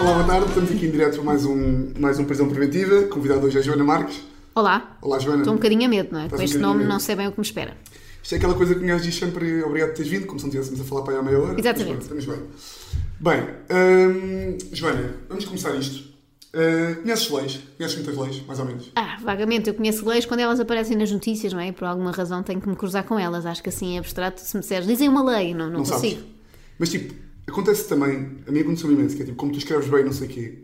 Olá, boa tarde. Estamos aqui em direto para mais um, mais um Prisão Preventiva. Convidado hoje é a Joana Marques. Olá. Olá, Joana. Estou um bocadinho a medo, não é? Estás Com um este bocadinho a nome medo. não sei bem o que me espera. Isto é aquela coisa que um gajo diz sempre obrigado por teres vindo, como se não estivéssemos a falar para aí há meia hora. Exatamente. Mas pronto, estamos bem. Bem, hum, Joana, vamos começar isto. Uh, conheces leis? Conheces muitas leis, mais ou menos? Ah, vagamente, eu conheço leis quando elas aparecem nas notícias, não é? Por alguma razão tenho que me cruzar com elas. Acho que assim é abstrato. Se me disseres, dizem uma lei, não, não, consigo. sabes? Mas tipo, acontece também, a mim aconteceu imenso, que é tipo, como tu escreves bem, não sei o quê,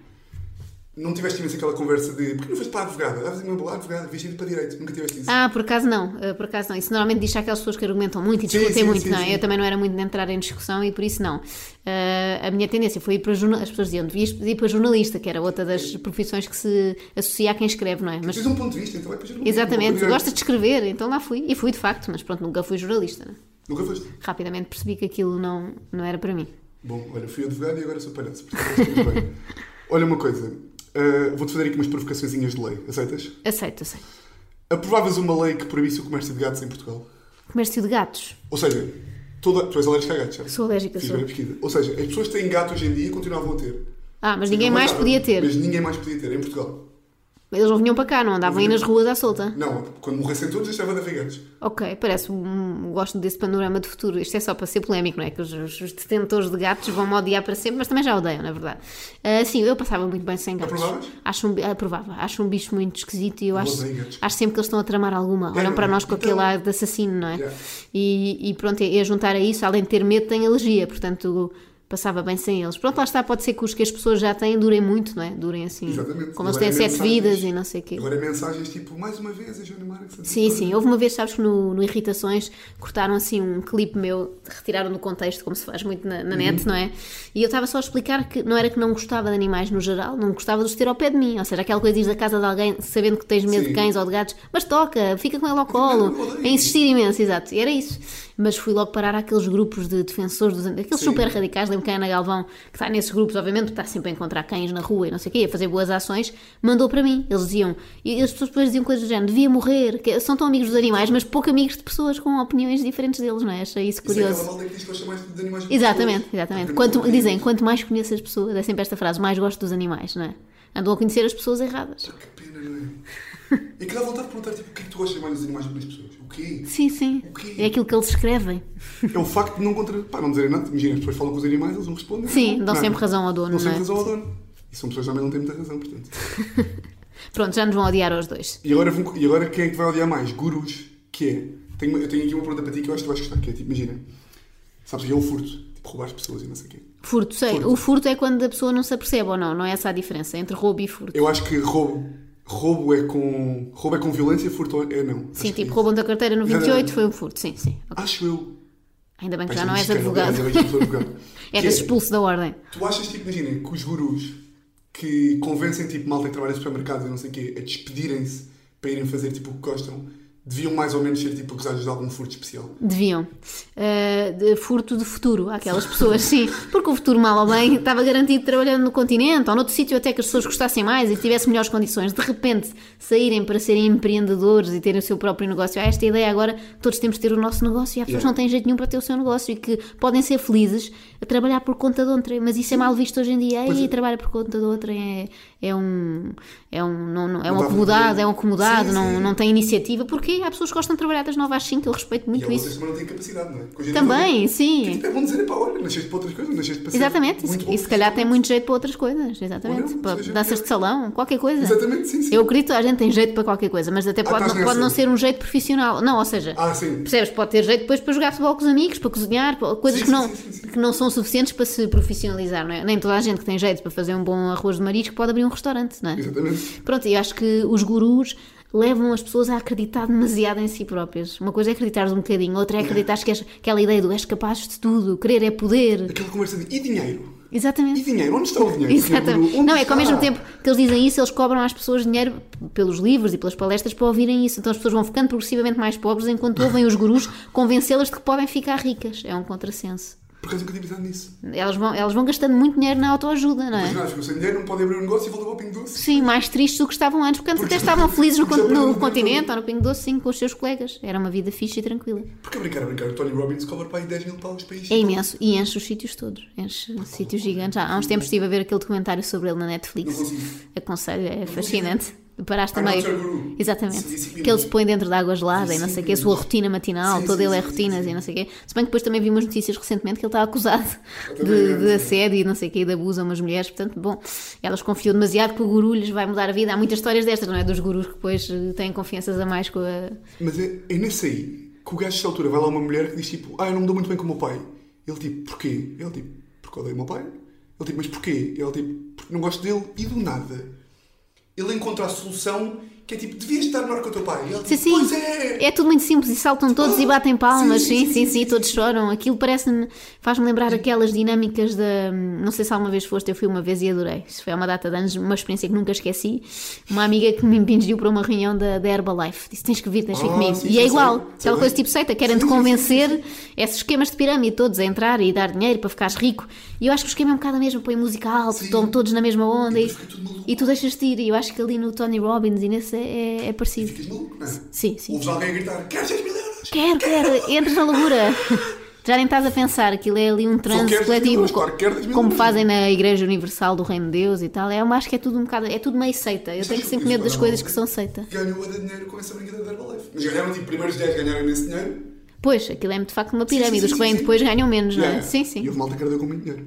não tiveste imenso aquela conversa de porquê não foste para a advogada? Ah, vais-me para a advogada, vais ir para a direito, nunca tiveste isso. Ah, por acaso não, ah, por acaso não. Isso normalmente diz aquelas pessoas que argumentam muito e Sim, discutem sim, muito, sim, não é? sim. Eu também não era muito de entrar em discussão e por isso não. Ah, a minha tendência foi ir para jornalista. As pessoas diziam, devias ir para jornalista, que era outra das profissões que se associa a quem escreve, não é? Mas, Tens um ponto de vista, então é para jornalismo, uma exatamente, coisa- gosta de escrever, então lá fui. E fui de facto, mas pronto, nunca fui jornalista, não é? Nunca foste. rapidamente percebi que aquilo não, não era para mim. Bom, olha, fui advogado e agora sou palhaço. portanto, acho que estamos bem. olha uma coisa, ah, vou-te fazer aqui umas provocaçõezinhas de lei, aceitas? Aceito, aceito. Aprovavas uma lei que proibisse o comércio de gatos em Portugal? Comércio de gatos. Ou seja, toda... tu és alérgico a gatos, certo? Sou alérgica, Fiz sou. bem a pesquisa. Ou seja, as pessoas que têm gato hoje em dia continuavam a ter. Ah, mas ninguém Não mais mataram, podia ter. Mas ninguém mais podia ter em Portugal. Eles não vinham para cá, não andavam aí nas ruas à solta. Não, quando morressem todos deixava de haver gatos. Ok, parece um. Gosto desse panorama de futuro. Isto é só para ser polémico, não é? Que os, os os detentores de gatos vão me odiar para sempre, mas também já odeiam, na verdade. Ah, sim, eu passava muito bem sem gatos. Aprovavas? Acho um, bi- aprovava. Acho um bicho muito esquisito e eu acho, odeio gatos. acho sempre que eles estão a tramar alguma. não, Olham para nós com então- aquele ar de assassino, não é? Yeah. E, e pronto, e a juntar a isso, além de ter medo, tem alergia, portanto passava bem sem eles. Pronto, lá está, pode ser que os que as pessoas já têm durem muito, não é? Durem assim. Exatamente. Como Agora eles têm é sete mensagens. vidas e não sei o quê. Agora é mensagens tipo, mais uma vez, a Joana Marques. Sim, sim. Houve uma vez, sabes, que no, no Irritações cortaram assim um clipe meu, retiraram do contexto, como se faz muito na, na net, não é? E eu estava só a explicar que não era que não gostava de animais no geral, não gostava de os ter ao pé de mim. Ou seja, aquela coisa diz da casa de alguém, sabendo que tens medo Sim. de cães ou de gatos, mas toca, fica com ele ao Eu colo. odeio É insistir imenso, exato. E era isso. Mas fui logo parar àqueles grupos de defensores, dos, aqueles Sim. super radicais. Lembro que a Ana Galvão, que está nesses grupos, obviamente, porque está sempre a encontrar cães na rua e não sei o quê, a fazer boas ações, mandou para mim. Eles diziam, e as pessoas depois diziam coisas do género, devia morrer, que são tão amigos dos animais, mas pouco amigos de pessoas com opiniões diferentes deles, não é? Achei isso Isso é curioso. aquela malta que diz que gosta mais de animais do que de Exatamente, pessoas. exatamente. Porque Quanto, não- é? dizem, quanto mais conheço as pessoas, é sempre esta frase, mais gosto dos animais, não é? Andam a conhecer as pessoas erradas. Que pena, não é? É que dá vontade de perguntar, tipo, o que é que tu gostas mais dos animais do que das pessoas? O quê? Sim, sim. O quê? É aquilo que eles escrevem. É o facto de não contra... Pá, não dizerem nada. Imagina, as pessoas falam com os animais, eles não respondem. Sim, dão Não. sempre razão ao dono, Dão não sempre é? razão ao dono. E são pessoas que também não têm muita razão, portanto. Pronto, já nos vão odiar os dois. E agora, vão- e agora quem é que vai odiar mais? Gurus, que é. Tenho, eu tenho aqui uma pergunta para ti que eu acho que tu vais gostar, que é tipo, imagina, sabes que é o furto, tipo, roubar as pessoas e não sei o quê. Furto, sei. O furto é quando a pessoa não se apercebe ou não, não é essa a diferença entre roubo e furto. Eu acho que roubo, roubo é com. Roubo é com violência, furto é não. sim, Acho que é tipo, isso. roubam-te a carteira no Exatamente. 28 foi um furto, sim, sim. Ok. Acho eu. Ainda bem que Pá, já não és isto é advogado. advogado, ainda bem que não sou advogado. Que Eras é, expulso da ordem. Tu achas, tipo, imagina, que os gurus que convencem, tipo, malta que trabalha em supermercados e não sei o quê, a despedirem-se para irem fazer, tipo, o que gostam, deviam mais ou menos ser, tipo, acusados de algum furto especial? é Deviam. Ah, de- furto de futuro, àquelas pessoas, sim. Porque o futuro, mal ou bem, estava garantido trabalhando no continente ou noutro sítio até que as pessoas gostassem mais e tivessem melhores condições. De repente, saírem para serem empreendedores e terem o seu próprio negócio. Há esta ideia agora, todos temos de ter o nosso negócio e há pessoas Yeah. que não têm jeito nenhum para ter o seu negócio e que podem ser felizes a trabalhar por conta de outrem. Mas isso é mal visto hoje em dia. Pois E é. trabalha por conta de outrem é, é um. É um, não, não- é um dá acomodado, vontade. é um acomodado, Sim, não, sim. não tem iniciativa. Porque há pessoas que gostam de trabalhar das 9 às 5, eu respeito E é muito elas isso. vocês também não têm capacidade, não é? Que hoje em dia Também, É sim. tipo, é bom dizer, pá, olha, nasceste para outras coisas, nasceste para ser Exatamente. E muito se- bom E se calhar tem profissional. muito jeito para outras coisas. Exatamente. Olha, Para seja danças pior. de salão, qualquer coisa. Exatamente, Ah, sim, sim. Eu acredito que a gente tem jeito para qualquer coisa, mas até pode, estás não, pode não nessa. ser um jeito profissional. Não, ou seja, Ah, sim. percebes? Pode ter jeito depois para jogar futebol com os amigos, para cozinhar, para- coisas Sim, que, sim, não, sim, sim, sim. que não são suficientes para se profissionalizar, não é? Nem toda a gente que tem jeito para fazer um bom arroz de marisco pode abrir um restaurante, não é? Exatamente. Pronto, e acho que os gurus levam as pessoas a acreditar demasiado em si próprias. Uma coisa é acreditares um bocadinho, outra é acreditares que és, aquela ideia do és capaz de tudo, querer é poder. Aquela conversa de e dinheiro? Exatamente. E dinheiro? Onde está o dinheiro? senhor Guru? um Exatamente. Onde Não, é que ao está? mesmo tempo que eles dizem isso, eles cobram às pessoas dinheiro p- pelos livros e pelas palestras para ouvirem isso. Então as pessoas vão ficando progressivamente mais pobres enquanto ouvem os gurus convencê-las de que podem ficar ricas. É um contrassenso. Por acaso nunca tinha pensado nisso. Elas vão, elas vão gastando muito dinheiro na autoajuda, não Os é? gajos ficam sem dinheiro, não podem abrir um negócio e voltam para o Pingo Doce. Sim, mais tristes do que estavam antes, porque antes Porque- até estavam felizes no, porque con- já no perderam continente tudo. ou no Pingo Doce, sim, com os seus colegas. Era uma vida fixe e tranquila. Porque a brincar, a brincar, o Tony Robbins cobra para aí 10 mil paus para isto. É imenso e enche os sítios todos. Enche sítios gigantes. Ah, há uns tempos estive a ver aquele documentário sobre ele na Não Netflix. consigo. Aconselho, é fascinante. Paraste Ah, meio. não, Guru. Sim, sim, Exatamente. sim. Que ele se põe dentro de água gelada e não Sim, sei sim, o quê, a sua sim. rotina matinal, Sim, todo sim, ele é sim, rotinas sim, e não sei o quê. Se bem que depois também vi umas notícias recentemente que ele está acusado também vi, de, de sim. assédio e não sei o quê, de abuso a umas mulheres. Portanto, bom, elas confiam demasiado que o guru lhes vai mudar a vida. Há muitas histórias destas, não é? Dos gurus que depois eh, têm confianças a mais com a. Mas é, é nesse aí que o gajo, nessa altura, vai lá uma mulher que diz tipo: Ah, eu não me dou muito bem com o meu pai. Ele tipo: Porquê? Ele tipo: Porque odeio o meu pai. Ele tipo: Mas porquê? Ele tipo: Porque não gosto dele. E do nada, ele encontra a solução que é tipo: Devias estar melhor com o teu pai. E Ele, Sim, tipo, sim. Pois é! tudo muito simples e saltam todos e batem palmas, Sim, sim, sim, sim, sim, sim, todos choram. Aquilo parece-me, faz-me lembrar aquelas dinâmicas da. Não sei se alguma vez foste, eu fui uma vez e adorei. Isso foi há uma data de anos, uma experiência que nunca esqueci. Uma amiga que me impingiu para uma reunião da, da Herbalife. Disse: tens que vir, tens que ir Ah, comigo. sim, e sim, é sim. igual, Sim, aquela sim. coisa tipo seita, querem-te Sim, sim, convencer, esses esquemas de pirâmide todos a entrar e dar dinheiro para ficares rico. E eu acho que o esquema é um bocado mesmo, põe música alta, Sim. estão todos na mesma onda E e, depois fica tudo maluco. e tu deixas-te ir. E eu acho que ali no Tony Robbins e nesse é, é- é parecido. Ficas maluco, não é? Sim, sim. Ouves alguém a gritar: Queres 10 mil euros? Quero, quero, entres na loucura. Já nem estás a pensar, aquilo é ali um transe queres coletivo. mil, claro, queres mil. Como fazem na Igreja Universal do Reino de Deus e tal. É, eu acho que é tudo um bocado. É tudo meio seita. Eu Sabes tenho que sempre isso medo das era coisas uma- que são seita. Ganhou a dinheiro com essa brincadeira da Herbalife. Mas ganharam tipo primeiros 10, ganharam esse dinheiro. Pois, aquilo é de facto uma sim, pirâmide. Os que sim, vêm sim. depois ganham menos, não é? Yeah. Sim, sim. E houve malta que herdou com muito dinheiro.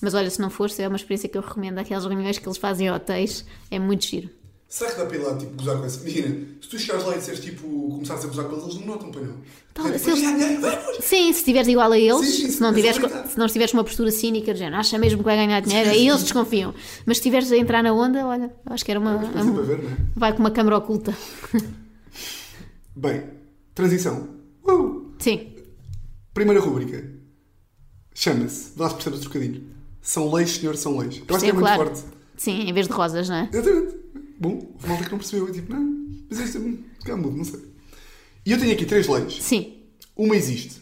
Mas olha, se não fosse, é uma experiência que eu recomendo. Aquelas reuniões que eles fazem em hotéis. É muito giro. Será que dá para ir lá, tipo, gozar com essa? Imagina, se tu chegares lá e disseres, tipo, começares a gozar com eles, eles não notam, pai não. Tal- Tipo, se eles- "Ah, dinheiro, vamos!" Sim, se estiveres igual a eles, Sim, sim, se, não sim, tiveres, sim, co- sim. se não estiveres com uma postura cínica, do género, acha mesmo que vai ganhar dinheiro, aí eles desconfiam. Mas se estiveres a entrar na onda, olha, eu acho que era uma. Mas é para ver, não é? Vai com uma câmara oculta. Bem, transição. Uh! Sim. Primeira rúbrica. Chama-se, vá se percebes o trocadilho. São leis, senhor, são leis. Eu acho que é muito claro. forte. Sim, em vez de rosas, não é? Exatamente. Bom, houve malta que não percebeu, eu tipo, não, mas isto é um bocado mudo, não sei. E eu tenho aqui três leis. Sim. Uma existe.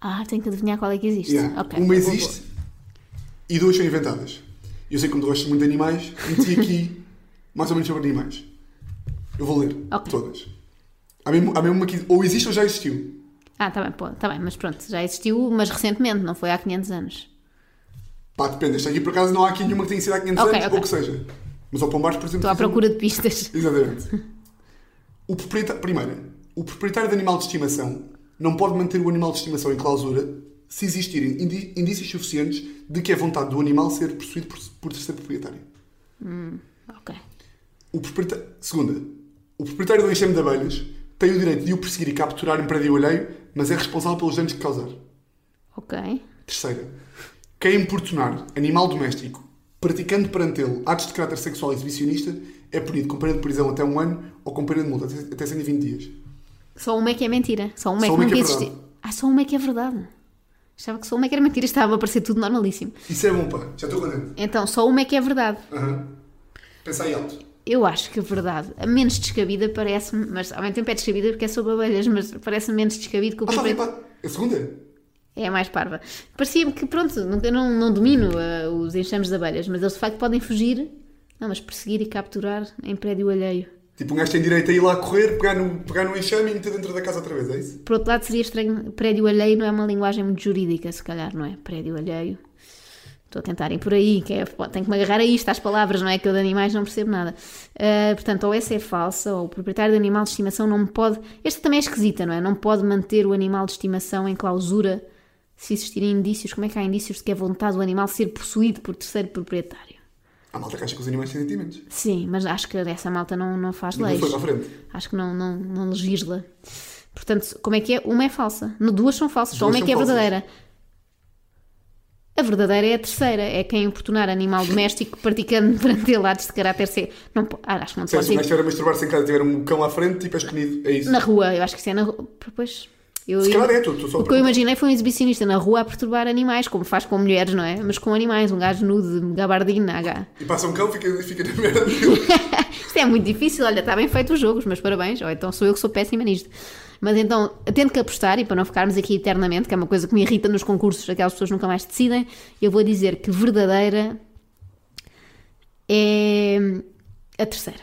Ah, tenho que adivinhar qual é que existe. Yeah. Ok. Uma Boa, existe e duas são inventadas. Eu sei que como tu gostas muito de animais, meti aqui mais ou menos sobre animais. Eu vou ler Ok. todas. Há mesmo, há mesmo uma que ou existe ou já existiu. boa. Ah, tá bem, pô, tá bem, mas pronto, já existiu, mas recentemente, não foi há 500 anos. Pá, depende. Esta aqui por acaso não há aqui nenhuma que tenha sido há 500 Ok, anos ok. ou que seja. Mas ao Pombares, por exemplo. Estou à fiz um- procura de pistas. Exatamente. O proprietário, primeira, o proprietário de animal de estimação não pode manter o animal de estimação em clausura se existirem indi- indícios suficientes de que é vontade do animal ser possuído por, por terceiro proprietário. Ok. O proprieta- Segunda. O proprietário do enxame de abelhas tem o direito de o perseguir e capturar em prédio alheio, mas é responsável pelos danos que causar. Ok. Terceira. Quem importunar animal doméstico, praticando perante ele atos de caráter sexual exibicionista, é punido com pena de prisão até um ano ou com pena de multa até- até 120 dias. Só uma é que é mentira. Só uma Só é que uma é nunca que é existiu. verdade. Ah, só uma é que é verdade. Achava que só uma é que era mentira, estava a parecer tudo normalíssimo. Isso é bom, pá. Já estou contente. Então, só uma é que é verdade. Aham. Pensa aí alto. Eu acho que a verdade, a menos descabida, parece-me, mas ao mesmo tempo é descabida porque é sobre abelhas, mas parece-me menos descabido que o Ah, está bem, proprietário. pá. A segunda? É a mais parva. Parecia-me que, pronto, nunca- não, não domino ah, os enxames de abelhas, mas eles de facto podem fugir. Não, mas perseguir e capturar em prédio alheio. Tipo, um gajo tem direito a ir lá correr, pegar no, pegar no enxame e meter dentro da casa outra vez, é isso? Por outro lado, seria estranho. Prédio alheio não é uma linguagem muito jurídica, se calhar, não é? Prédio alheio. Estou a tentar ir por aí, que é, pô, tenho que me agarrar a isto, às palavras, não é? Que eu de animais não percebo nada. Ah, portanto, ou essa é falsa, ou o proprietário de animal de estimação não pode. Esta também é esquisita, não é? Não pode manter o animal de estimação em clausura se existirem indícios. Como é que há indícios de que é vontade do animal ser possuído por terceiro proprietário? Há malta que acha que os animais têm sentimentos. Sim, mas acho que essa malta não, não faz Não leis. foi para a frente. Acho que não, não, não legisla. Portanto, como é que é? Uma é falsa. No- Duas são falsas. Só Duas uma é são que é falsas. verdadeira. A verdadeira é a terceira. É quem importunar animal doméstico praticando perante ele atos de caráter C. Não, po- ah, acho que não Se pode um gajo ser. estiver a masturbar-se em casa e tiver um cão à frente, tipo, és punido. É isso. Na rua. Eu acho que isso é na rua. Pois. Eu, Se eu- calhar é, tu, tu só o que eu imaginei foi um exibicionista na rua a perturbar animais, como faz com mulheres, não é? Mas com animais. Um gajo nude, de gabardina, H. E passa um cão, fica, fica na merda. Isto é muito difícil, olha, está bem feito o jogo, os meus parabéns, ou então sou eu que sou péssima nisto. Mas então, tendo que apostar, e para não ficarmos aqui eternamente, que é uma coisa que me irrita nos concursos, aquelas pessoas nunca mais decidem, eu vou dizer que verdadeira é a terceira.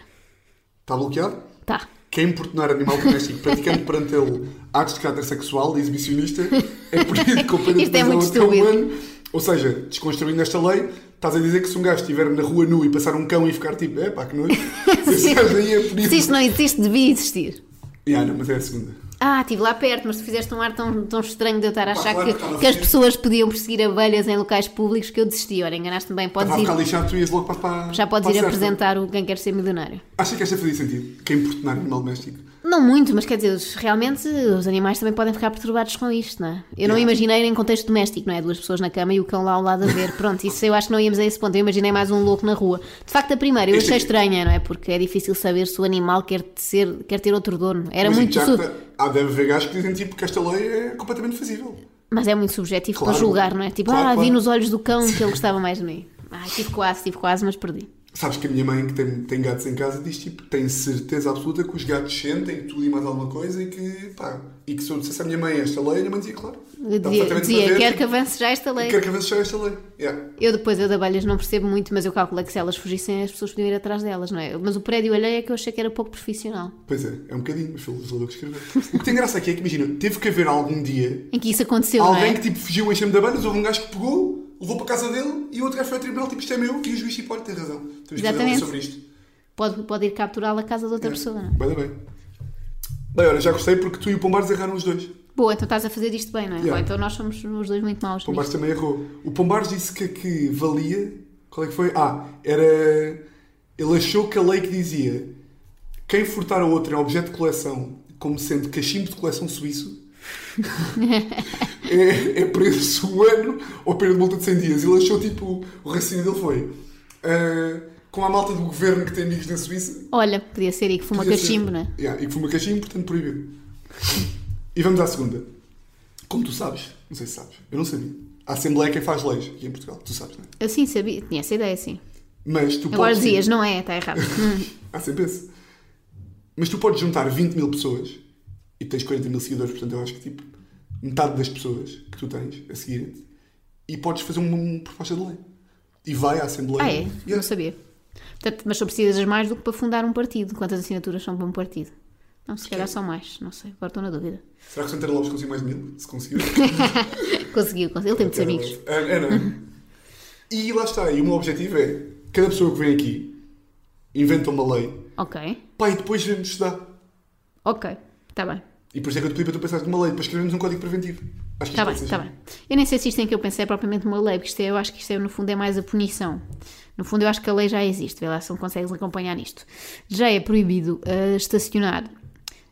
Está bloqueado? Tá. Quem importunar animal doméstico praticando perante ele atos de caráter sexual e exibicionista é proibido Isto é completamente muito estúpido. humano. Ou seja, desconstruindo esta lei, estás a dizer que se um gajo estiver na rua nu e passar um cão e ficar tipo, é pá, que nojo, esse gajo aí é Se isto punido. não existe, devia existir. Yeah, não, mas é a segunda. Ah, estive lá perto, mas tu fizeste um ar tão, tão estranho de eu estar a Pá, achar claro que, que estava que as a ser. pessoas podiam perseguir abelhas em locais públicos que eu desisti. Ora, enganaste-me bem, podes Estava a ficar ir, lixado, tu ias logo para, para já podes para ir a certa. apresentar o Quem Quer Ser Milionário. Acha que esta fazia sentido? Quem importunar animal doméstico? Não muito, mas quer dizer, os- realmente os animais também podem ficar perturbados com isto, não é? Eu não Yeah. imaginei em contexto doméstico, não é? Duas pessoas na cama e o cão lá ao lado a ver. Pronto, isso eu acho que não íamos a esse ponto. Eu imaginei mais um louco na rua. De facto, a primeira eu Este achei aqui. estranha, não é? Porque é difícil saber se o animal quer, ser, quer ter outro dono. Era Mas muito. já sub- que há deve haver gajos que dizem tipo que esta lei é completamente fazível. Mas é muito subjetivo Claro. para julgar, não é? Tipo, Claro, ah, vi claro. nos olhos do cão que ele gostava mais de mim. Ah, tive quase, tive quase, mas perdi. Sabes que a minha mãe, que tem, tem gatos em casa, diz tipo, tem certeza absoluta que os gatos sentem tudo e mais alguma coisa e que, pá, e que se eu dissesse à minha mãe esta lei, a minha mãe dizia, claro. Eu dá dizia, perfeitamente dizia para ver, quero que tipo, avance já esta lei. Quero que avance já esta lei. Yeah. Eu depois, eu de abelhas não percebo muito, mas eu calculei que se elas fugissem as pessoas podiam ir atrás delas, não é? Mas o prédio alheio é que eu achei que era pouco profissional. Pois é, é um bocadinho, mas foi o legislador que escreveu. O que tem graça aqui é que, imagina, teve que haver algum dia Em que isso aconteceu, alguém não é? que tipo fugiu em chame de abelhas, houve um gajo que pegou, levou para a casa dele e o outro gajo foi ao tribunal, tipo, isto é meu, e o juiz tipo, olha, tem razão. Temos que fazer uma lei Exatamente. sobre isto. Pode, pode ir capturá-la à casa de outra pessoa, não é? Bem, bem. Bem, olha, já gostei porque tu e o Pombares erraram os dois. Boa, então estás a fazer isto bem, não é? Yeah. Bom, então nós somos os dois muito O maus. nisto. Pombares também errou. O Pombares disse que a que valia. Qual é que foi? Ah, era. Ele achou que a lei que dizia quem furtar a outra é objeto de coleção, como sendo cachimbo de coleção suíço, é, é preso um ano ou pena de multa de 100 dias. Ele achou tipo. O raciocínio dele foi. ah, com a malta do governo que tem amigos na Suíça, Olha, podia ser e que fuma Podia ser. cachimbo, não é? assim, Yeah, e que fuma cachimbo, portanto proibido. e vamos à segunda. Como tu sabes, não sei se sabes, eu não sabia. A Assembleia é quem faz leis aqui em Portugal, tu sabes, não é? Eu sim sabia, tinha essa ideia, sim. Mas tu Agora podes. dizias, não é? Está errado. Hum. Há sempre esse. Mas tu podes juntar 20 mil pessoas e tens 40 mil seguidores, portanto eu acho que tipo metade das pessoas que tu tens a seguir e podes fazer uma, uma proposta de lei. E vai à Assembleia. Ah, é? Não Yeah. sabia. Portanto, mas só precisas mais do que para fundar um partido. Quantas assinaturas são para um partido? Não, se calhar são mais, não sei, agora estou na dúvida. Será que o Santana Lopes conseguiu mais de mil? Se conseguiu. Conseguiu, conseguiu. Ele tem muitos amigos. Uhum. É, é, não é? E lá está, e o meu objetivo é cada pessoa que vem aqui inventa uma lei, Ok, pá, e depois vemos se dá. ok, está bem. E por isso é que eu te pedi para tu pensares numa lei, para escrevermos um código preventivo. Acho que isto Está Tá bem, pode ser está giro. bem. Eu nem sei se isto em que eu pensei é propriamente uma lei, porque isto é, eu acho que isto é, no fundo é mais a punição. No fundo eu acho que a lei já existe, vê lá se me consegues acompanhar nisto. Já é proibido eh, estacionar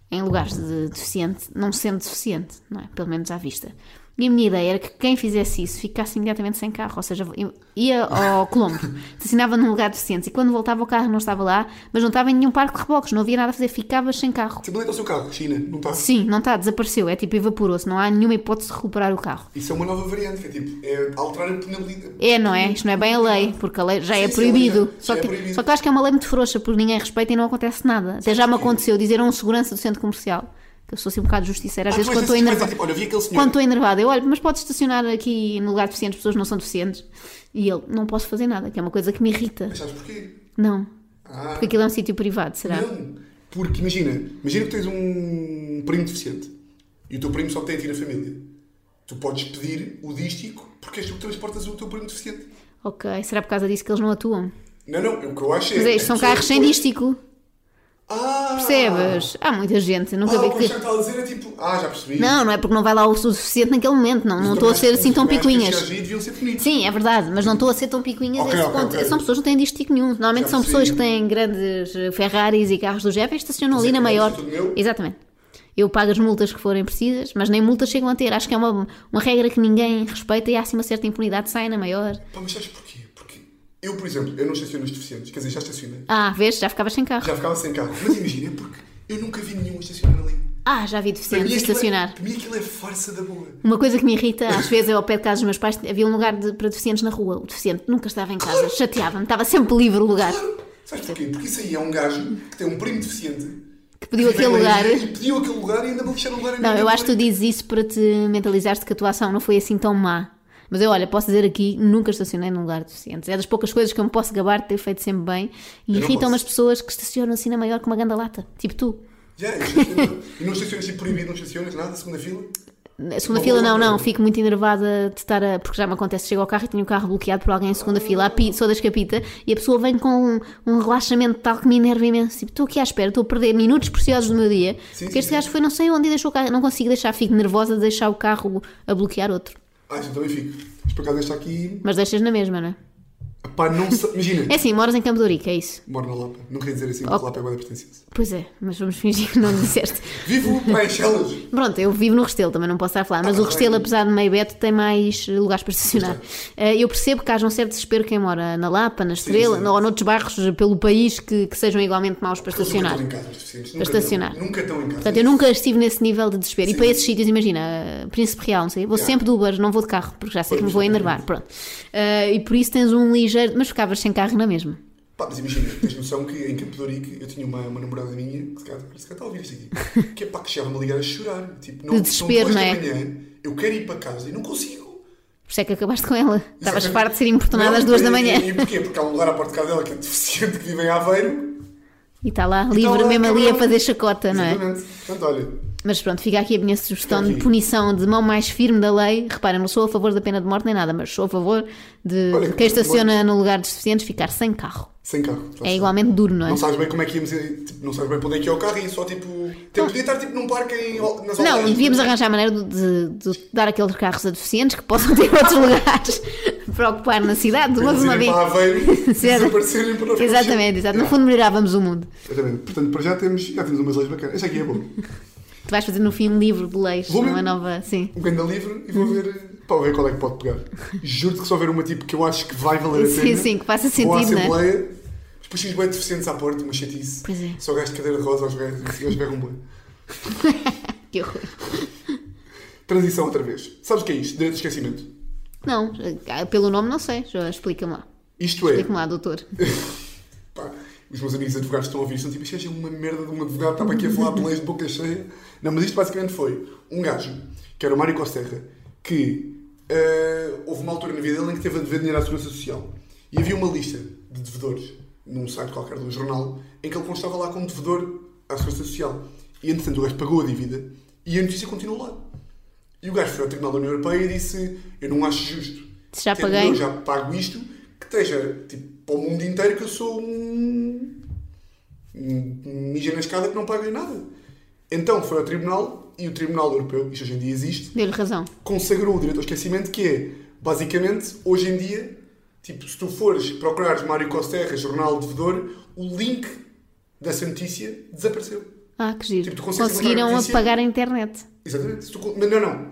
em lugares de deficiente, não sendo deficiente, não é? Pelo menos à vista. E a minha ideia era que quem fizesse isso ficasse imediatamente sem carro, ou seja, eu ia ao Colombo, estacionava num lugar deficiente e quando voltava o carro não estava lá, mas não estava em nenhum parque de reboques, não havia nada a fazer, ficavas sem carro. Simplesmente ao Tipo, seu carro, China, não tá. está? Sim, não está, desapareceu, é tipo evaporou-se, não há nenhuma hipótese de recuperar o carro. Isso é uma nova variante, que é tipo, é alterar a penalidade. É, não é? Isto não é bem a lei, porque a lei já Sim, é sim, a proibido. lei já- só, já é que, proibido. só que eu acho que é uma lei muito frouxa, porque ninguém respeita e não acontece nada. Até já me aconteceu dizer a um segurança do centro comercial, que eu sou assim um bocado justiceira, às vezes quando estou enervada. tipo, olha, vi aquele senhor. Quando estou enervada, eu olho, mas pode estacionar aqui no lugar deficiente, as pessoas não são deficientes. E ele, não posso fazer nada, que é uma coisa que me irrita. Mas sabes porquê? Não, Ah, porque aquilo é um sítio privado, será? Não, porque imagina, imagina que tens um primo deficiente e o teu primo só tem a ti na família. Tu podes pedir o dístico porque és tu que transportas o teu primo deficiente. Ok, será por causa disso que eles não atuam? Não, não, é o que eu acho é. Mas é, isto a são pessoa carros sem depois- dístico, Ah! percebes? Há muita gente, eu Ah, nunca o vi que que. eu estava a dizer é tipo, ah, já percebi. Não, não é porque não vai lá o suficiente naquele momento, não, não estou a ser assim tão picuinhas. Os aí deviam ser punidos. Sim, é verdade, mas não estou a ser tão picuinhas Ok, a esse ok, ponto. ok. São pessoas que não têm distico nenhum. Normalmente Já são percebi. pessoas que têm grandes eh, Ferraris e carros do Jeff e estacionam Mas ali é na que não é maior. tudo meu? Exatamente. Eu pago as multas que forem precisas, mas nem multas chegam a ter. Acho que é uma, uma regra que ninguém respeita e há assim uma certa impunidade. Sai na maior. Pá, mas sabes porquê? Porque eu, por exemplo, eu não estaciono os deficientes. Quer dizer, já estacionei. Ah, vês? Já ficavas sem carro. Já ficava sem carro. Mas imagina, é porque eu nunca vi nenhum estacionar ali. Ah, já Para mim vi deficientes aquilo é- estacionar. Para mim aquilo é farsa da boa. Uma coisa que me irrita, às vezes, eu ao pé de casa dos meus pais, havia um lugar de- para deficientes na rua. O deficiente nunca estava em casa, chateava-me, estava sempre livre o lugar. Sabes porquê? Porque isso aí é um gajo que tem um primo deficiente. Que pediu aquele Veio lugar. aí E pediu aquele lugar e ainda me deixaram lugar a mim. Não, eu acho que tu dizes isso para te mentalizares de que a tua ação não foi assim tão má. Mas eu, olha, posso dizer aqui, nunca estacionei num lugar deficiente. É das poucas coisas que eu me posso gabar de ter feito sempre bem. Eu E não posso. irritam-me as pessoas que estacionam assim na maior com uma ganda lata. Tipo tu. Já, eu estaciono. e não estacionas tipo proibido, não estacionas nada, segunda fila. Na segunda Uma fila, boa não, outra. não. Fico muito enervada de estar a. Porque já me acontece, chego ao carro e tenho o carro bloqueado por alguém em segunda fila. A pi- Sou das capita. E a pessoa vem com um, um relaxamento tal que me enerva imenso. Tipo, estou aqui à espera, estou a perder minutos preciosos do meu dia. Sim, porque sim, este sim. gajo foi não sei onde e deixou o carro. Não consigo deixar, fico nervosa de deixar o carro a bloquear outro. Ah, eu também fico. Mas por acaso esta aqui. Mas deixas na mesma, não é? Pá, não sei. Imagina. É assim, moras em Campo de Ourique, é isso. Moro na Lapa. Não queria dizer assim, porque Oh. Lapa é guarda pertencioso. Pois é, mas vamos fingir que não disseste. Vivo para Enchelas. Pronto, eu vivo no Restelo, também não posso estar a falar, mas Ah, o Restelo, bem. apesar de meio beto, tem mais eh, lugares para estacionar. Eh, Eu percebo que haja um certo desespero quem mora na Lapa, na Estrela, é. sim. ou noutros bairros pelo país que, que sejam igualmente maus para estacionar. Nunca estão em casa os deficientes. Nunca estacionar. estão- Nunca estão em casa. Portanto, eu nunca estive nesse nível de desespero. E Sim. para esses sítios, imagina, eh, Príncipe Real, não sei, vou Yeah. sempre do Uber, não vou de carro, porque já sei que Pois, me vou enervar. exatamente. Pronto. Eh, e por isso tens um ligeiro. Mas ficavas sem carro na mesma. Pá, mas imagina, tens noção que em Campo de Ourique eu tinha uma, uma namorada minha, que se calhar se calhar está a ouvir isto aqui, que é pá, que chegava-me a ligar a chorar. Tipo, não, De desespero, são duas não é? da manhã, eu quero ir para casa e não consigo. Por isso é que acabaste com ela. Estavas Exatamente. farto de ser importunada Não, às duas da e- manhã. E, e porquê? Porque há um lugar à porta de casa dela que é deficiente, que vive em Aveiro. E está lá, livre lá, mesmo ali a cabrão. fazer chacota, não é? Então, Exatamente. Portanto, olha, Mas pronto, fica aqui a minha sugestão Fica de aqui. punição de mão mais firme da lei. Reparem, não sou a favor da pena de morte nem nada, mas sou a favor de Olha, quem que bom. estaciona no lugar dos deficientes ficar sem carro. sem carro. assim. É igualmente duro, não é? Não sabes bem como é que íamos ir, tipo, não sabes bem para onde é que é o carro e só tipo. tem- Podia estar tipo num parque em, nas Não, aldeias. é? devíamos arranjar a maneira de, de- de dar aqueles carros a deficientes que possam ter outros lugares para ocupar na cidade, de uma de uma Irem vez. para Aveiro e Certo. desaparecerem para o Exatamente, exato. No fundo, melhorávamos o mundo. Exatamente. Portanto, para já temos, já temos umas leis bacanas. Esta aqui é boa. Tu vais fazer no fim um livro de leis, Vou uma mesmo. nova. Sim. Um grande livro e vou Uhum. ver, para ver qual é que pode pegar. Juro-te que só ver uma tipo que eu acho que vai valer a Sim, pena. sim, que faça Vou à sentido, né? Assembleia, os puxinhos bem deficientes à porta, uma chatice. Pois é. Só gajo de cadeira de rosa aos gajos, os gajos berram bué. Que horror. Transição outra vez. Sabes o que é isto? Direito de esquecimento. Não, eh, pelo nome não sei. Já Explica-me lá. Isto é, Explica-me lá, doutor. pá, os meus amigos advogados que estão a ouvir, estão tipo, isto é uma merda de um advogado, estava aqui a falar de leis de boca cheia. Não, mas isto basicamente foi um gajo, que era o Mário Costerra, que eh, houve uma altura na vida dele em que teve a dever dinheiro à Segurança Social. E havia uma lista de devedores, num site qualquer de um jornal, em que ele constava lá como devedor à Segurança Social. E entretanto o gajo pagou a dívida e a notícia continuou lá. E o gajo foi ao Tribunal da União Europeia e disse: Eu não acho justo. Se já Ter- paguei. Eu já pago isto, que esteja tipo, para o mundo inteiro que eu sou um. um um mija na escada que não paga em nada. Então foi ao Tribunal e o Tribunal Europeu, isto hoje em dia existe, Deu-lhe razão. consagrou o direito ao esquecimento, que é basicamente hoje em dia, tipo, se tu fores procurares Mário Costerra, Jornal Devedor, o link dessa notícia desapareceu. Ah, que giro. Tipo, tu consegues Conseguiram encontrar a notícia? apagar a internet. Exatamente. Se tu con- não, não, não.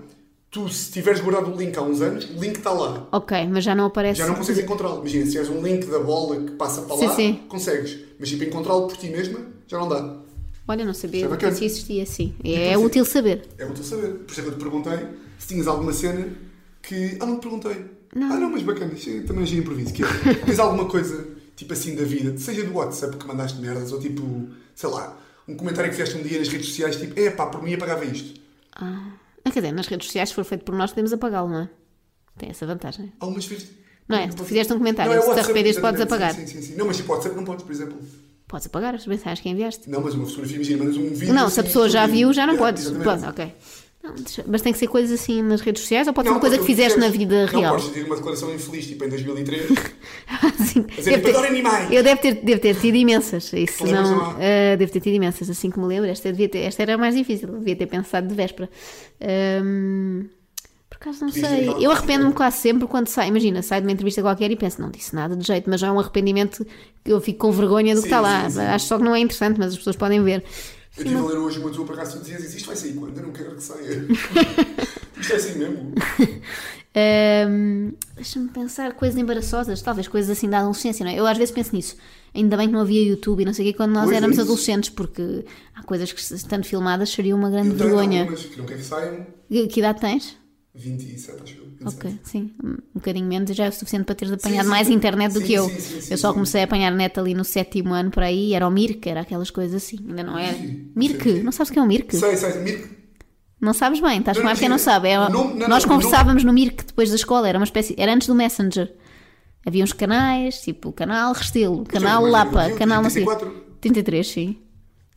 Tu, se tiveres guardado o link há uns anos, o link está lá. Ok, mas já não aparece. Já não consegues encontrá-lo. Imagina, se tiveres um link da bola que passa para Sim, lá, sim. consegues. Mas tipo, encontrá-lo por ti mesma, já não dá. Olha, não sabia Isso é que bacana. isso existia assim. É, Então, sim. útil saber. É o teu saber. Por isso é que eu te perguntei se tinhas alguma cena que. Ah, não te perguntei. Não. Ah, não, mas bacana. Isto é- Também achei improviso. Que é, tens alguma coisa, tipo assim, da vida, seja do WhatsApp que mandaste merdas, ou tipo, sei lá, um comentário que fizeste um dia nas redes sociais, tipo, é pá, por mim apagava isto. Ah, Ah, quer dizer, nas redes sociais, se for feito por nós, podemos apagá-lo, não é? Tem essa vantagem. Algumas vezes. Não é? Se tu fizeste um comentário, Não, é se te WhatsApp, arrependes, podes exatamente. apagar. Sim, sim, sim, sim. Não, mas tipo, WhatsApp não podes, por exemplo. Podes apagar as mensagens que enviaste. Não, mas uma fotografia, imagina, mandas um vídeo. não, se assim, a pessoa já sobre- viu, já não Yeah, podes. exatamente. Pronto, ok. Não, deixa- mas tem que ser coisas assim nas redes sociais ou pode Não, ser uma coisa que podes fizeste na fazer. vida Não real? podes dizer uma declaração infeliz, tipo em 2003. Sim, dizer, deve é tipo adoro animais. eu devo ter, devo ter tido imensas. Não Isso lembras não. de uma? ah, devo ter tido imensas, assim que me lembro. Esta, devia ter- esta era a mais difícil, devia ter pensado de véspera. Ahm, por acaso não Podias sei. dizer Eu algo. arrependo-me quase sempre quando sai. Imagina, saio de uma entrevista qualquer e penso, não disse nada de jeito, mas já é um arrependimento que eu fico com vergonha do que Sim, está lá. sim, sim. Acho só que não é interessante, mas as pessoas podem ver. eu estive a ler um hoje uma tua para cá, se tu dizias isso, isto vai sair quando? Eu não quero que saia. isto é assim mesmo. Ahm, Deixa-me pensar coisas embaraçosas, talvez coisas assim da adolescência, não é? Eu às vezes penso nisso. Ainda bem que não havia YouTube e não sei o quê quando nós Pois é éramos isso. adolescentes, porque há coisas que, estando filmadas, seria uma grande Eu tenho vergonha. algumas que não quero que saiam. Que, que idade tens? 27, acho eu. 27. Ok, sim. Um bocadinho menos já é o suficiente para teres apanhado sim. mais internet do Sim, que eu. sim, sim, sim, eu só sim. comecei a apanhar net ali no sétimo ano por aí, era o Mirk, era aquelas coisas assim, ainda não é? Sim, Mirk, sim. não sabes o que é o Mirk? Sei, sei, Mirk. Não sabes bem, estás Não, com ar quem não imagina, sabe. É- o nome- não, nós não, o conversávamos no Mirk depois da escola, era uma espécie. Era antes do Messenger. Havia uns canais, tipo canal Restelo, canal mas eu Lapa, tinha canal não sei. 34. 33, sim.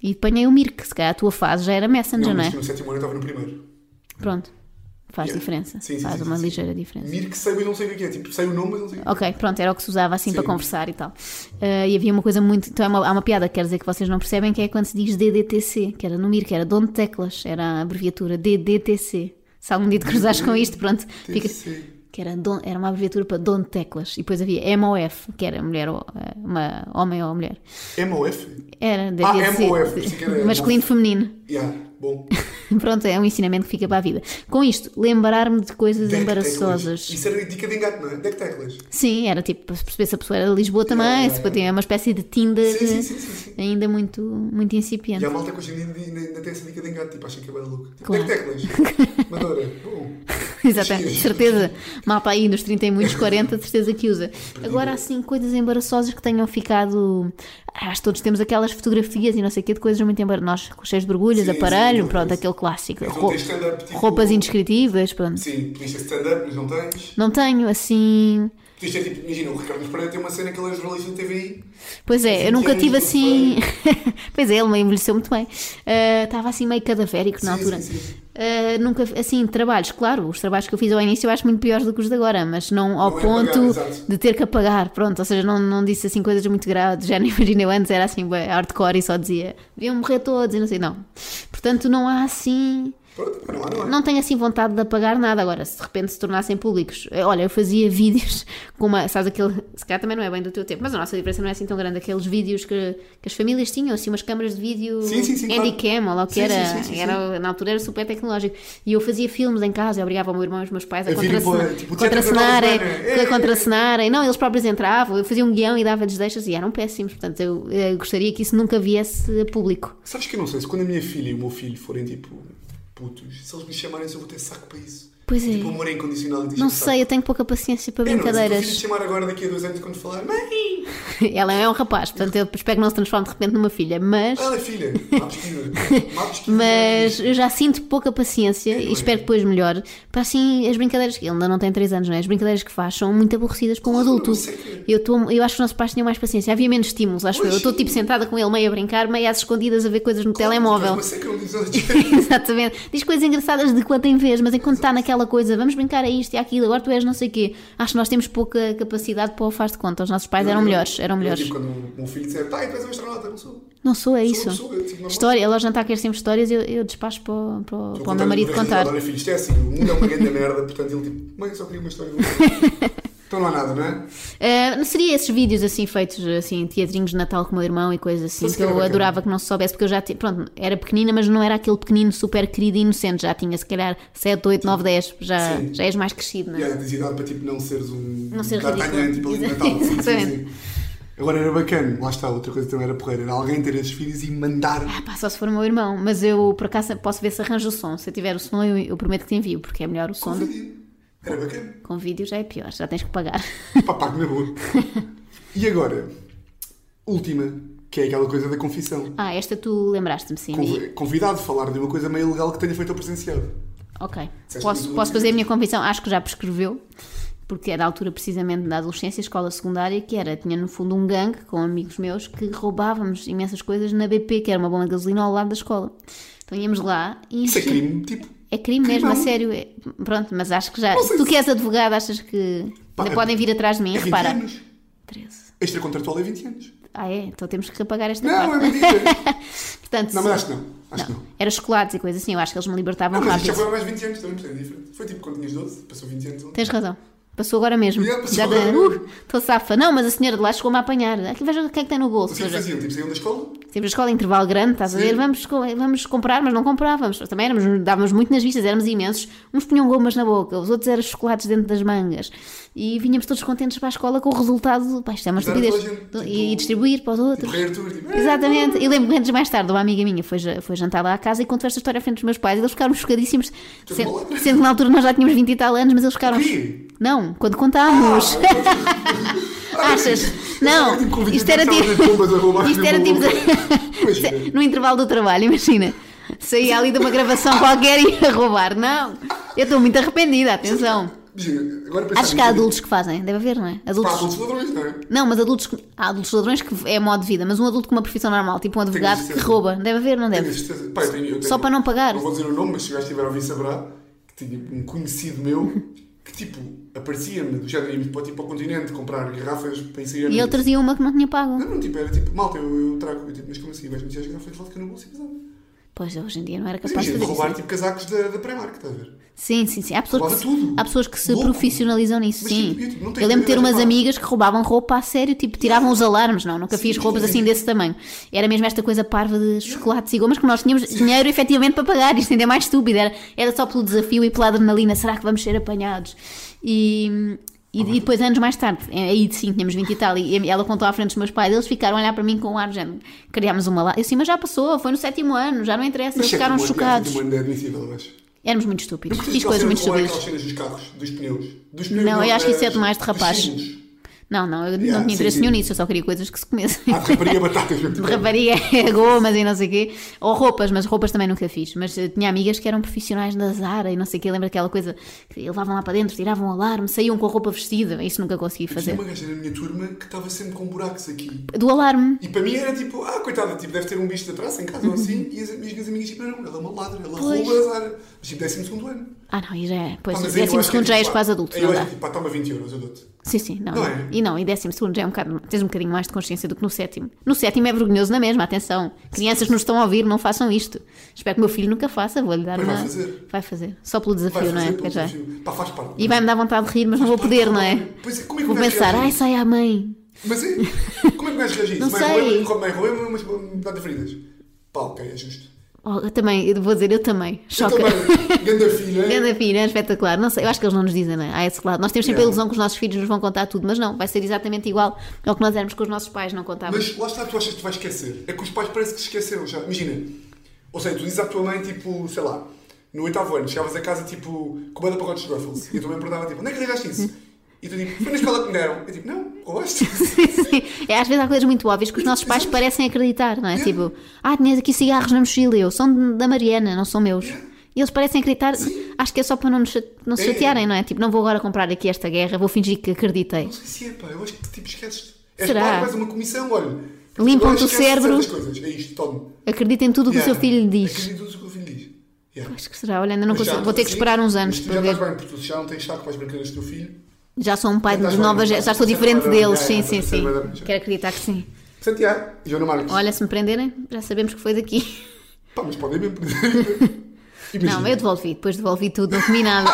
E apanhei o Mirk, se calhar a tua fase já era Messenger, Não, não, é? mas no sétimo ano eu estava no primeiro. Pronto. Faz Yeah. diferença. Sim, sim, Faz sim, uma sim, sim. ligeira diferença. Mirk sei, mas não sei o que é. Tipo, sei o nome, mas não sei. o que é. Ok, pronto, era o que se usava assim Sim. para conversar e tal. Ah, e havia uma coisa muito. Então é uma- há uma piada que quer dizer que vocês não percebem, que é quando se diz DDTC, que era no MIR, que era dono de teclas, era a abreviatura DDTC. Se algum dia te cruzares com isto, pronto, fica. TC. Que era, don- era uma abreviatura para dono de teclas. E depois havia MOF, que era mulher ou, ah, uma, homem ou mulher. MOF? Era DDTC. MOF, pensei que era masculino e feminino. Yeah, bom. Pronto, é um ensinamento que fica para a vida. Com isto, lembrar-me de coisas Deck embaraçosas. teclas. Isso era dica de engate, não é? Deck teclas. Sim, era tipo para perceber se a pessoa era de Lisboa também, Yeah, yeah, se batia- é uma espécie de Tinder Sim, sim, sim, sim, sim. ainda muito, muito E é incipiente. a malta que hoje em dia ainda, ainda tem essa dica de engate, tipo, acham que é bem louco. Tipo, Claro. Deck teclas. Uh. Madora. Bom. Exatamente, de Sim. é, certeza. Mapa aí nos 30 e muitos 40, de certeza que usa. Uhum. Agora, assim, coisas embaraçosas que tenham ficado. ah, Acho que todos temos aquelas fotografias e não sei o quê de coisas muito embaraçosas. Nós, cheios de borbulhas, Sim, aparelho, sim, pronto, sim. aquele clássico. Mas não Rou- tens stand-up, tipo- Roupas indescritíveis, pronto. Sim, podias ter stand-up, mas não tens. Não tenho assim. Podias ter, tipo, imagina, o Ricardo Pereira tem uma cena que ele é jornalista de TVI. Pois é, eu Sim, nunca que é tive muito assim. pois é, ele me envelheceu muito bem. Ah, Estava assim meio cadavérico na Sim, altura. sim, sim. Ah, nunca, assim, trabalhos, claro, os trabalhos que eu fiz ao início eu acho muito piores do que os de agora, mas não ao Não é ponto pagar, exato. de ter que apagar, pronto, ou seja, não, não disse assim coisas muito graves, já não imagino eu antes, era assim bué hardcore e só dizia, deviam morrer todos e não sei, não. Portanto, não há assim, Pronto, não há, não há. não tenho assim vontade de apagar nada agora, se de repente se tornassem públicos. Eh, Olha, eu fazia vídeos com uma, sabes aquele, se calhar também não é bem do teu tempo, mas a nossa diferença não é assim tão grande, aqueles vídeos que, que as famílias tinham, assim umas câmaras de vídeo, Sim, sim, sim, handycam ou lá o que Sim, era, sim, sim, sim, era na altura era super tecnológico, e eu fazia filmes em casa, eu obrigava o meu irmão e os meus pais a, A virem contracena- para- tipo, contracenarem, teatro a da contracenarem, não, eles próprios entravam, eu fazia um guião e dava-lhes deixas e eram péssimos, portanto eu, eh, gostaria que isso nunca viesse a público. Sabes que eu não sei, se quando a minha filha e o meu filho forem, tipo, putos, se eles me chamarem, eu vou ter saco para isso. Pois é. Tipo, amor é incondicional. e diz-me Não saco. sei, eu tenho pouca paciência para É, não, se o teu filho te brincadeiras. chamar agora daqui a dois anos quando falar, mãe, Ela é um rapaz, portanto eu espero que não se transforme de repente numa filha, mas, ela é filha, má pesquisa, má pesquisa. mas eu já sinto pouca paciência não e é? espero que depois melhore. Para assim, as brincadeiras que ele ainda não tem 3 anos, não é? As brincadeiras que faz são muito aborrecidas para um Claro, adulto. eu sei que- Eu, tô, eu acho que os nossos pais tinham mais paciência, havia menos estímulos, acho eu. Eu Pois. estou tipo sentada com ele, meio a brincar, meio às escondidas a ver coisas no Claro, telemóvel. Mas sei que eu não diz nada Exatamente. Diz coisas engraçadas de quanto em vez, mas enquanto está naquela coisa, vamos brincar a isto e àquilo, agora tu és não sei o quê. Acho que nós temos pouca capacidade para o faz de conta. Os nossos pais eram Eu- melhores, eram eu, melhores. Tipo, quando o meu filho disser, pai, tu és um astronauta, não sou. Não sou, é Sou isso. uma pessoa, tipo, eu digo, não História, ela já está a querer sempre histórias, eu, eu despacho para, o- para, o- Vou para o contar-lhe meu marido uma vez, contar. Olha, filho, isto é assim, o mundo é uma grande merda, portanto ele tipo, mãe, eu só queria uma história. então não há nada, não é? Ah, não seria esses vídeos assim feitos, assim, teatrinhos de Natal com o meu irmão e coisas assim, Mas que eu que era bacana. adorava que não se soubesse, porque eu já, ti- pronto, era pequenina, mas não era aquele pequenino super querido e inocente, já tinha se calhar 7, 8, 9, 10, já, Sim. já és mais crescido, não E é? a densidade para tipo não seres um. Não ser D'Artagnan, ridículo. tipo, ali no Exa- Natal. Sim, sim, Exatamente. sim. Agora era bacana, lá está, outra coisa também era porreira, era alguém ter esses filhos e mandar. Ah pá, só se for o meu irmão, mas eu por acaso posso ver se arranjo o som. Se eu tiver o som, eu, eu prometo que te envio, porque é melhor o som. do- Convidia. Era bacana. Com vídeo já é pior, já tens que pagar. Papá, que na boa. E agora, última, que é aquela coisa da confissão. Ah, esta tu lembraste-me, sim. E- Conv- Convidado a falar de uma coisa meio legal que tenha feito ao presenciado. Ok. Disseste Posso, muito posso bem. fazer a minha convicção? Acho que já prescreveu, porque era a altura precisamente da adolescência, escola secundária, que era, tinha no fundo um gangue com amigos meus que roubávamos imensas coisas na BP, que era uma bomba de gasolina ao lado da escola. Então íamos lá e Isso é enchi- crime, tipo. É crime mesmo, a Não. sério. É- Pronto, mas acho que já. Não sei Tu se- que és advogado, achas que Pá, é- ainda podem vir atrás de mim? É 20 Repara. anos. 13. Extra contratual é 20 anos. Ah, é? Então temos que apagar esta Não, é parte. mentira. Portanto, Não, se- mas acho que não. Acho que não. Era chocolates e coisas assim, eu acho que eles me libertavam Não, mas isto é já foi rápido. há mais 20 anos, também portanto é diferente. Foi tipo quando tinhas 12, passou 20 anos. ontem. Tens razão. Passou agora mesmo. Yeah, passou Já da- agora mesmo. Uh, Estou safa. Não, mas a senhora de lá chegou-me a apanhar. Aqui veja o que é que tem no bolso. Mas o que é que veja. faziam? Tipo, saíam da escola? Sempre a escola, intervalo grande, estás a Sim. ver? Vamos, co- vamos comprar, mas não comprávamos. Também éramos, dávamos muito nas vistas, éramos imensos. Uns punham gomas na boca, os outros eram chocolates dentro das mangas. E vinhamos todos contentes para a escola com o resultado. Pá, isto é uma Dar a toda estupidez. a gente, E- tipo, e distribuir para os outros. Tipo, Rei Arthur, tipo, "Eh, Exatamente, e lembro-me antes mais tarde, uma amiga minha foi, ja- foi jantar lá à casa e contou esta história à frente dos meus pais e eles ficaram chocadíssimos, sendo, malandro. sendo que na altura nós já tínhamos 20 e tal anos, mas eles ficaram. Tipo, O quê? Não, quando contámos. Achas? Não, Ah, Eu tipo, isto era convidei-me tipo. a bombas a roubar Isto na era boa. tipo. Imagina. no intervalo do trabalho, imagina. Saía ali de uma gravação qualquer e ia roubar. Não, eu estou muito arrependida, atenção. Imagina, agora pensar Acho que nisso, é há tipo, adultos que fazem, deve haver, não é? Pá, Adultos. adultos ladrões, não é? Não, mas adultos. que- Há adultos ladrões que é modo de vida, mas um adulto com uma profissão normal, tipo um advogado que certeza. rouba, deve haver, não Tenho deve? certeza. Pá, eu tenho- eu tenho- Só para não pagar. Não vou dizer o nome, mas se o gajo estiver a ouvir saberá que tinha um conhecido meu que tipo aparecia-me, já íamos para, tipo, ao continente comprar garrafas para inserir. E ele trazia uma que não tinha pago. Não, não, tipo, era tipo, malta, eu, eu trago, eu, tipo, mas como assim? Vais meter as garrafas de vodka no bolso e pesava. Pois hoje em dia não era Mas capaz de imagina, fazer roubar isso. Tipo, tipo casacos da, da Primark, estás a ver? Sim, sim, sim. Há pessoas, Roubava que se, tudo. há pessoas que se Louco. profissionalizam nisso, Mas, sim. tipo, eu, tipo, não tenho Eu lembro de ter ideia umas de nada. amigas que roubavam roupa a sério, tipo, tiravam os alarmes. Não, nunca fiz Sim, roupas sim, assim sim. desse tamanho. Era mesmo esta coisa parva de chocolates e gomas que nós tínhamos dinheiro efetivamente para pagar. Isto ainda é mais estúpido. Era, era só pelo desafio e pela adrenalina. Será que vamos ser apanhados? E. E, e depois, anos mais tarde, é, aí sim, tínhamos 20 e tal, e ela contou à frente dos meus pais, eles ficaram a olhar para mim com um ar de género. Criámos uma lá. Eu assim, mas já passou, foi no sétimo ano, já não interessa, eles ficaram chocados. Tipo, é admissível, mas. Éramos muito estúpidos. Porque Fiz aquela coisas cena muito de roubar estúpidas. Tipo, aquelas cenas dos carros, dos pneus. Dos pneus Não, eu acho que isso é das- demais de dos rapaz. sinos. Não, não, eu Yeah, não tinha sim, interesse sim. nenhum nisso, eu só queria coisas que se comessem. Ah, de rapariga batatas. De rapariga, gomas e não sei o quê. Ou roupas, mas roupas também nunca fiz. Mas eh, tinha amigas que eram profissionais da Zara e não sei o quê. Lembra aquela coisa que levavam lá para dentro, tiravam o alarme, saíam com a roupa vestida. Isso nunca consegui Tinha fazer. uma gaja na minha turma que estava sempre com buracos aqui. Do alarme. E para mim era tipo, ah, coitada, tipo, deve ter um bicho de atrás em casa ou assim. E as as minhas amigas, tipo, não, ela é uma ladra, ela Uhum. Pois. rouba azar. Mas tipo, décimo segundo ano. Ah, não, e já é. Pá, Pois, mas aí eu décimo acho que é, segundo já tipo, és pá, quase adulto, aí não Eu dá. acho que, tipo, pá, toma 20 euros, eu dou-te. Sim, sim, não. Não não. é? E não, e décimo segundo já é um bocado. Tens um bocadinho mais de consciência do que no sétimo. No sétimo é vergonhoso na mesma, atenção. Crianças que nos estão a ouvir, não façam isto. Espero que o meu filho nunca faça, vou-lhe dar Pois uma. vai fazer. Vai fazer. Só pelo desafio, Vai não é? fazer pelo Pois vai. desafio. Pá, faz parte. é? E vai-me dar vontade de rir, mas não vou poder, não é? Pois é, como é que Vou um gajo pensar, reage a ai, isso? sai à mãe. Mas é, como é que o gajo reage a isso? um Não Mãe, sei. roema, come, mãe, roema, mas hum, dá-te feridas. Pá, ok, é justo. Oh, eu também, eu vou dizer, eu também. Choca. Eu também, ganda filha. Grande filha, é espetacular. Não sei, eu acho que eles não nos dizem, não é? Há esse lado. Nós temos sempre a Não. ilusão que os nossos filhos nos vão contar tudo, mas não, vai ser exatamente igual ao que nós éramos com os nossos pais, não contávamos. Mas lá está, tu achas que tu vais esquecer. É que os pais parece que se esqueceram já. Imagina, ou seja, tu dizes à tua mãe, tipo, sei lá, no oitavo ano, chegavas a casa, tipo, com banda pacotes de Ruffles. E a tua mãe perguntava, tipo, onde é que arranjaste isso? E tu, tipo, foi na escola que me deram. Eu, tipo, não, roubaste. Sim, é, às vezes há coisas muito óbvias que os nossos pais parecem acreditar, não é? Tipo, ah, tinhas aqui cigarros na mochila, eu são de- da Mariana, não são meus. E eles parecem acreditar, acho que é só para não, nos chate- não se É. chatearem, não é? Tipo, não vou agora comprar aqui esta guerra, vou fingir que acreditei. Não sei se é, pá, eu acho que, tipo, esqueces. És Será? pai, vais a uma comissão, olha. Limpam-te agora o esquece cérebro. certas coisas. É isto, tome. Acredita em tudo o que o seu filho lhe diz. Acredito no que o filho diz. Yeah. Acho que será, olha, ainda não Mas já, consigo. Vou ter que assim, esperar uns anos mas tu para Já ver. estás bem, porque tu já não tens saco para as brincadeiras do teu filho. Já sou um pai Já de estás nova bem, geração, já estou já diferente estás bem, deles, já, sim, já, sim, já, sim. já, já, já. Quero acreditar que sim. Portanto, já, Joana Marques. Olha, se me prenderem, já sabemos que foi daqui. Pá, mas podem mesmo. Não, eu imagina, devolvi, depois devolvi tudo, não comi nada.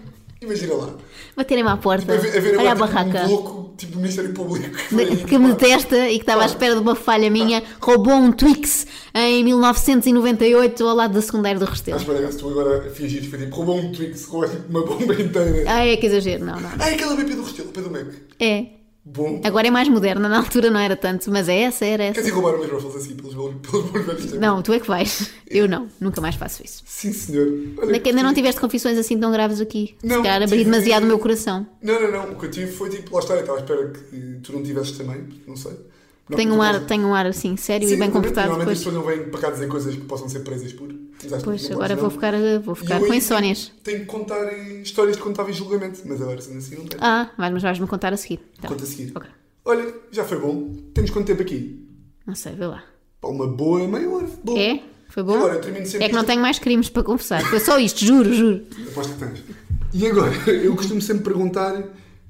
imagina lá. Baterem-me à porta. A ver, a ver Olha a agora, tipo, barraca. um louco, tipo do Ministério Público. de- que me detesta e que estava à espera de uma falha minha, roubou um Twix em 1998 ao lado da secundária do Restelo. Mas espera, se tu agora fingires, foi tipo, roubou um Twix com uma bomba inteira. Ah, é que exagero, não, não. Ah, aquela BP do Restelo, pé do Mac. É. Bom. Agora é mais moderna, na altura não era tanto, mas é essa, era Quer essa. dizer, roubaram as ruffles assim, pelos bons pelos bons velhos tempos. Não, tu é que vais. Eu não, nunca mais faço isso. Sim, senhor. Olha, Ainda que ainda não tiveste confissões assim tão graves aqui. Se Não, calhar abri tive- demasiado o meu coração. Não, não, não. O que eu tive foi tipo, lá está, eu estava à espera que tu não tivesses também, não sei. Não, Tenho um porque- ar, tenho um ar assim, sério Sim, e bem exatamente. comportado Normalmente as depois. pessoas não vêm para cá dizer coisas que possam ser presas por. desastre, Pois, não agora podes, vou não. ficar, eh, vou ficar E eu com aí insónias. Tenho que contar eh, histórias de quando estava em julgamento, mas agora sendo assim não tenho. Ah, vai- mas vais-me contar a seguir. Tá. Conta a seguir. Ok. Olha, já foi bom. Temos quanto tempo aqui? Não sei, vê lá. Pá, uma boa meia hora. Bom. É? Foi bom? Agora, eu termino sempre é que não isto. tenho mais crimes para confessar. Foi só isto, juro, juro. Aposto que tens. E agora, eu costumo sempre perguntar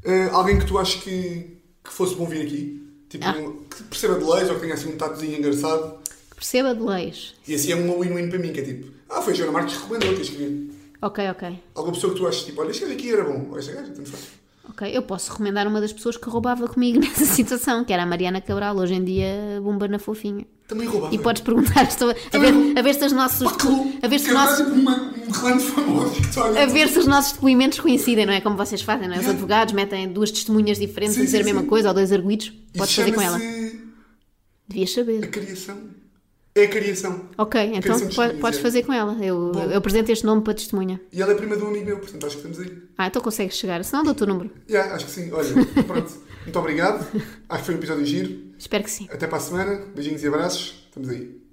eh, alguém que tu achas que, que fosse bom vir aqui. Tipo, Ah. um- que perceba de leis ou que tenha assim um tatozinho engraçado. Perceba de leis. E assim é um win-win para mim, que é tipo, ah, foi a Joana Marques que recomendou, tens que vir. Ok, ok. Alguma pessoa que tu achas, tipo, olha, este gajo aqui era bom. Ou esta gaja, tanto faz. Ok, eu posso recomendar uma das pessoas que roubava comigo nessa situação, que era a Mariana Cabral, hoje em dia bomba na fofinha. Também roubava. E podes perguntar, estou a, a ver, a ver se os nossos. Paclo! A ver se os Quero dar, nossos. tipo, uma- um relance famoso. Vitória. A ver se os nossos depoimentos coincidem, não é? Como vocês fazem, não é? Os advogados metem duas testemunhas diferentes Sim, a dizer sim, a mesma sim. coisa ou dois arguídos. Isso Podes fazer com ela. chama-se Devias saber. A criação. É a criação. Ok, então Criação de po- testemunhas, podes é. fazer com ela. Eu, Bom. eu apresento este nome para testemunha. E ela é prima de um amigo meu, portanto acho que estamos aí. Ah, então consegues chegar. Se não, dou o teu número. Yeah, acho que sim. Olha, pronto. Muito obrigado. Acho que foi um episódio giro. Espero que sim. Até para a semana. Beijinhos e abraços. Estamos aí.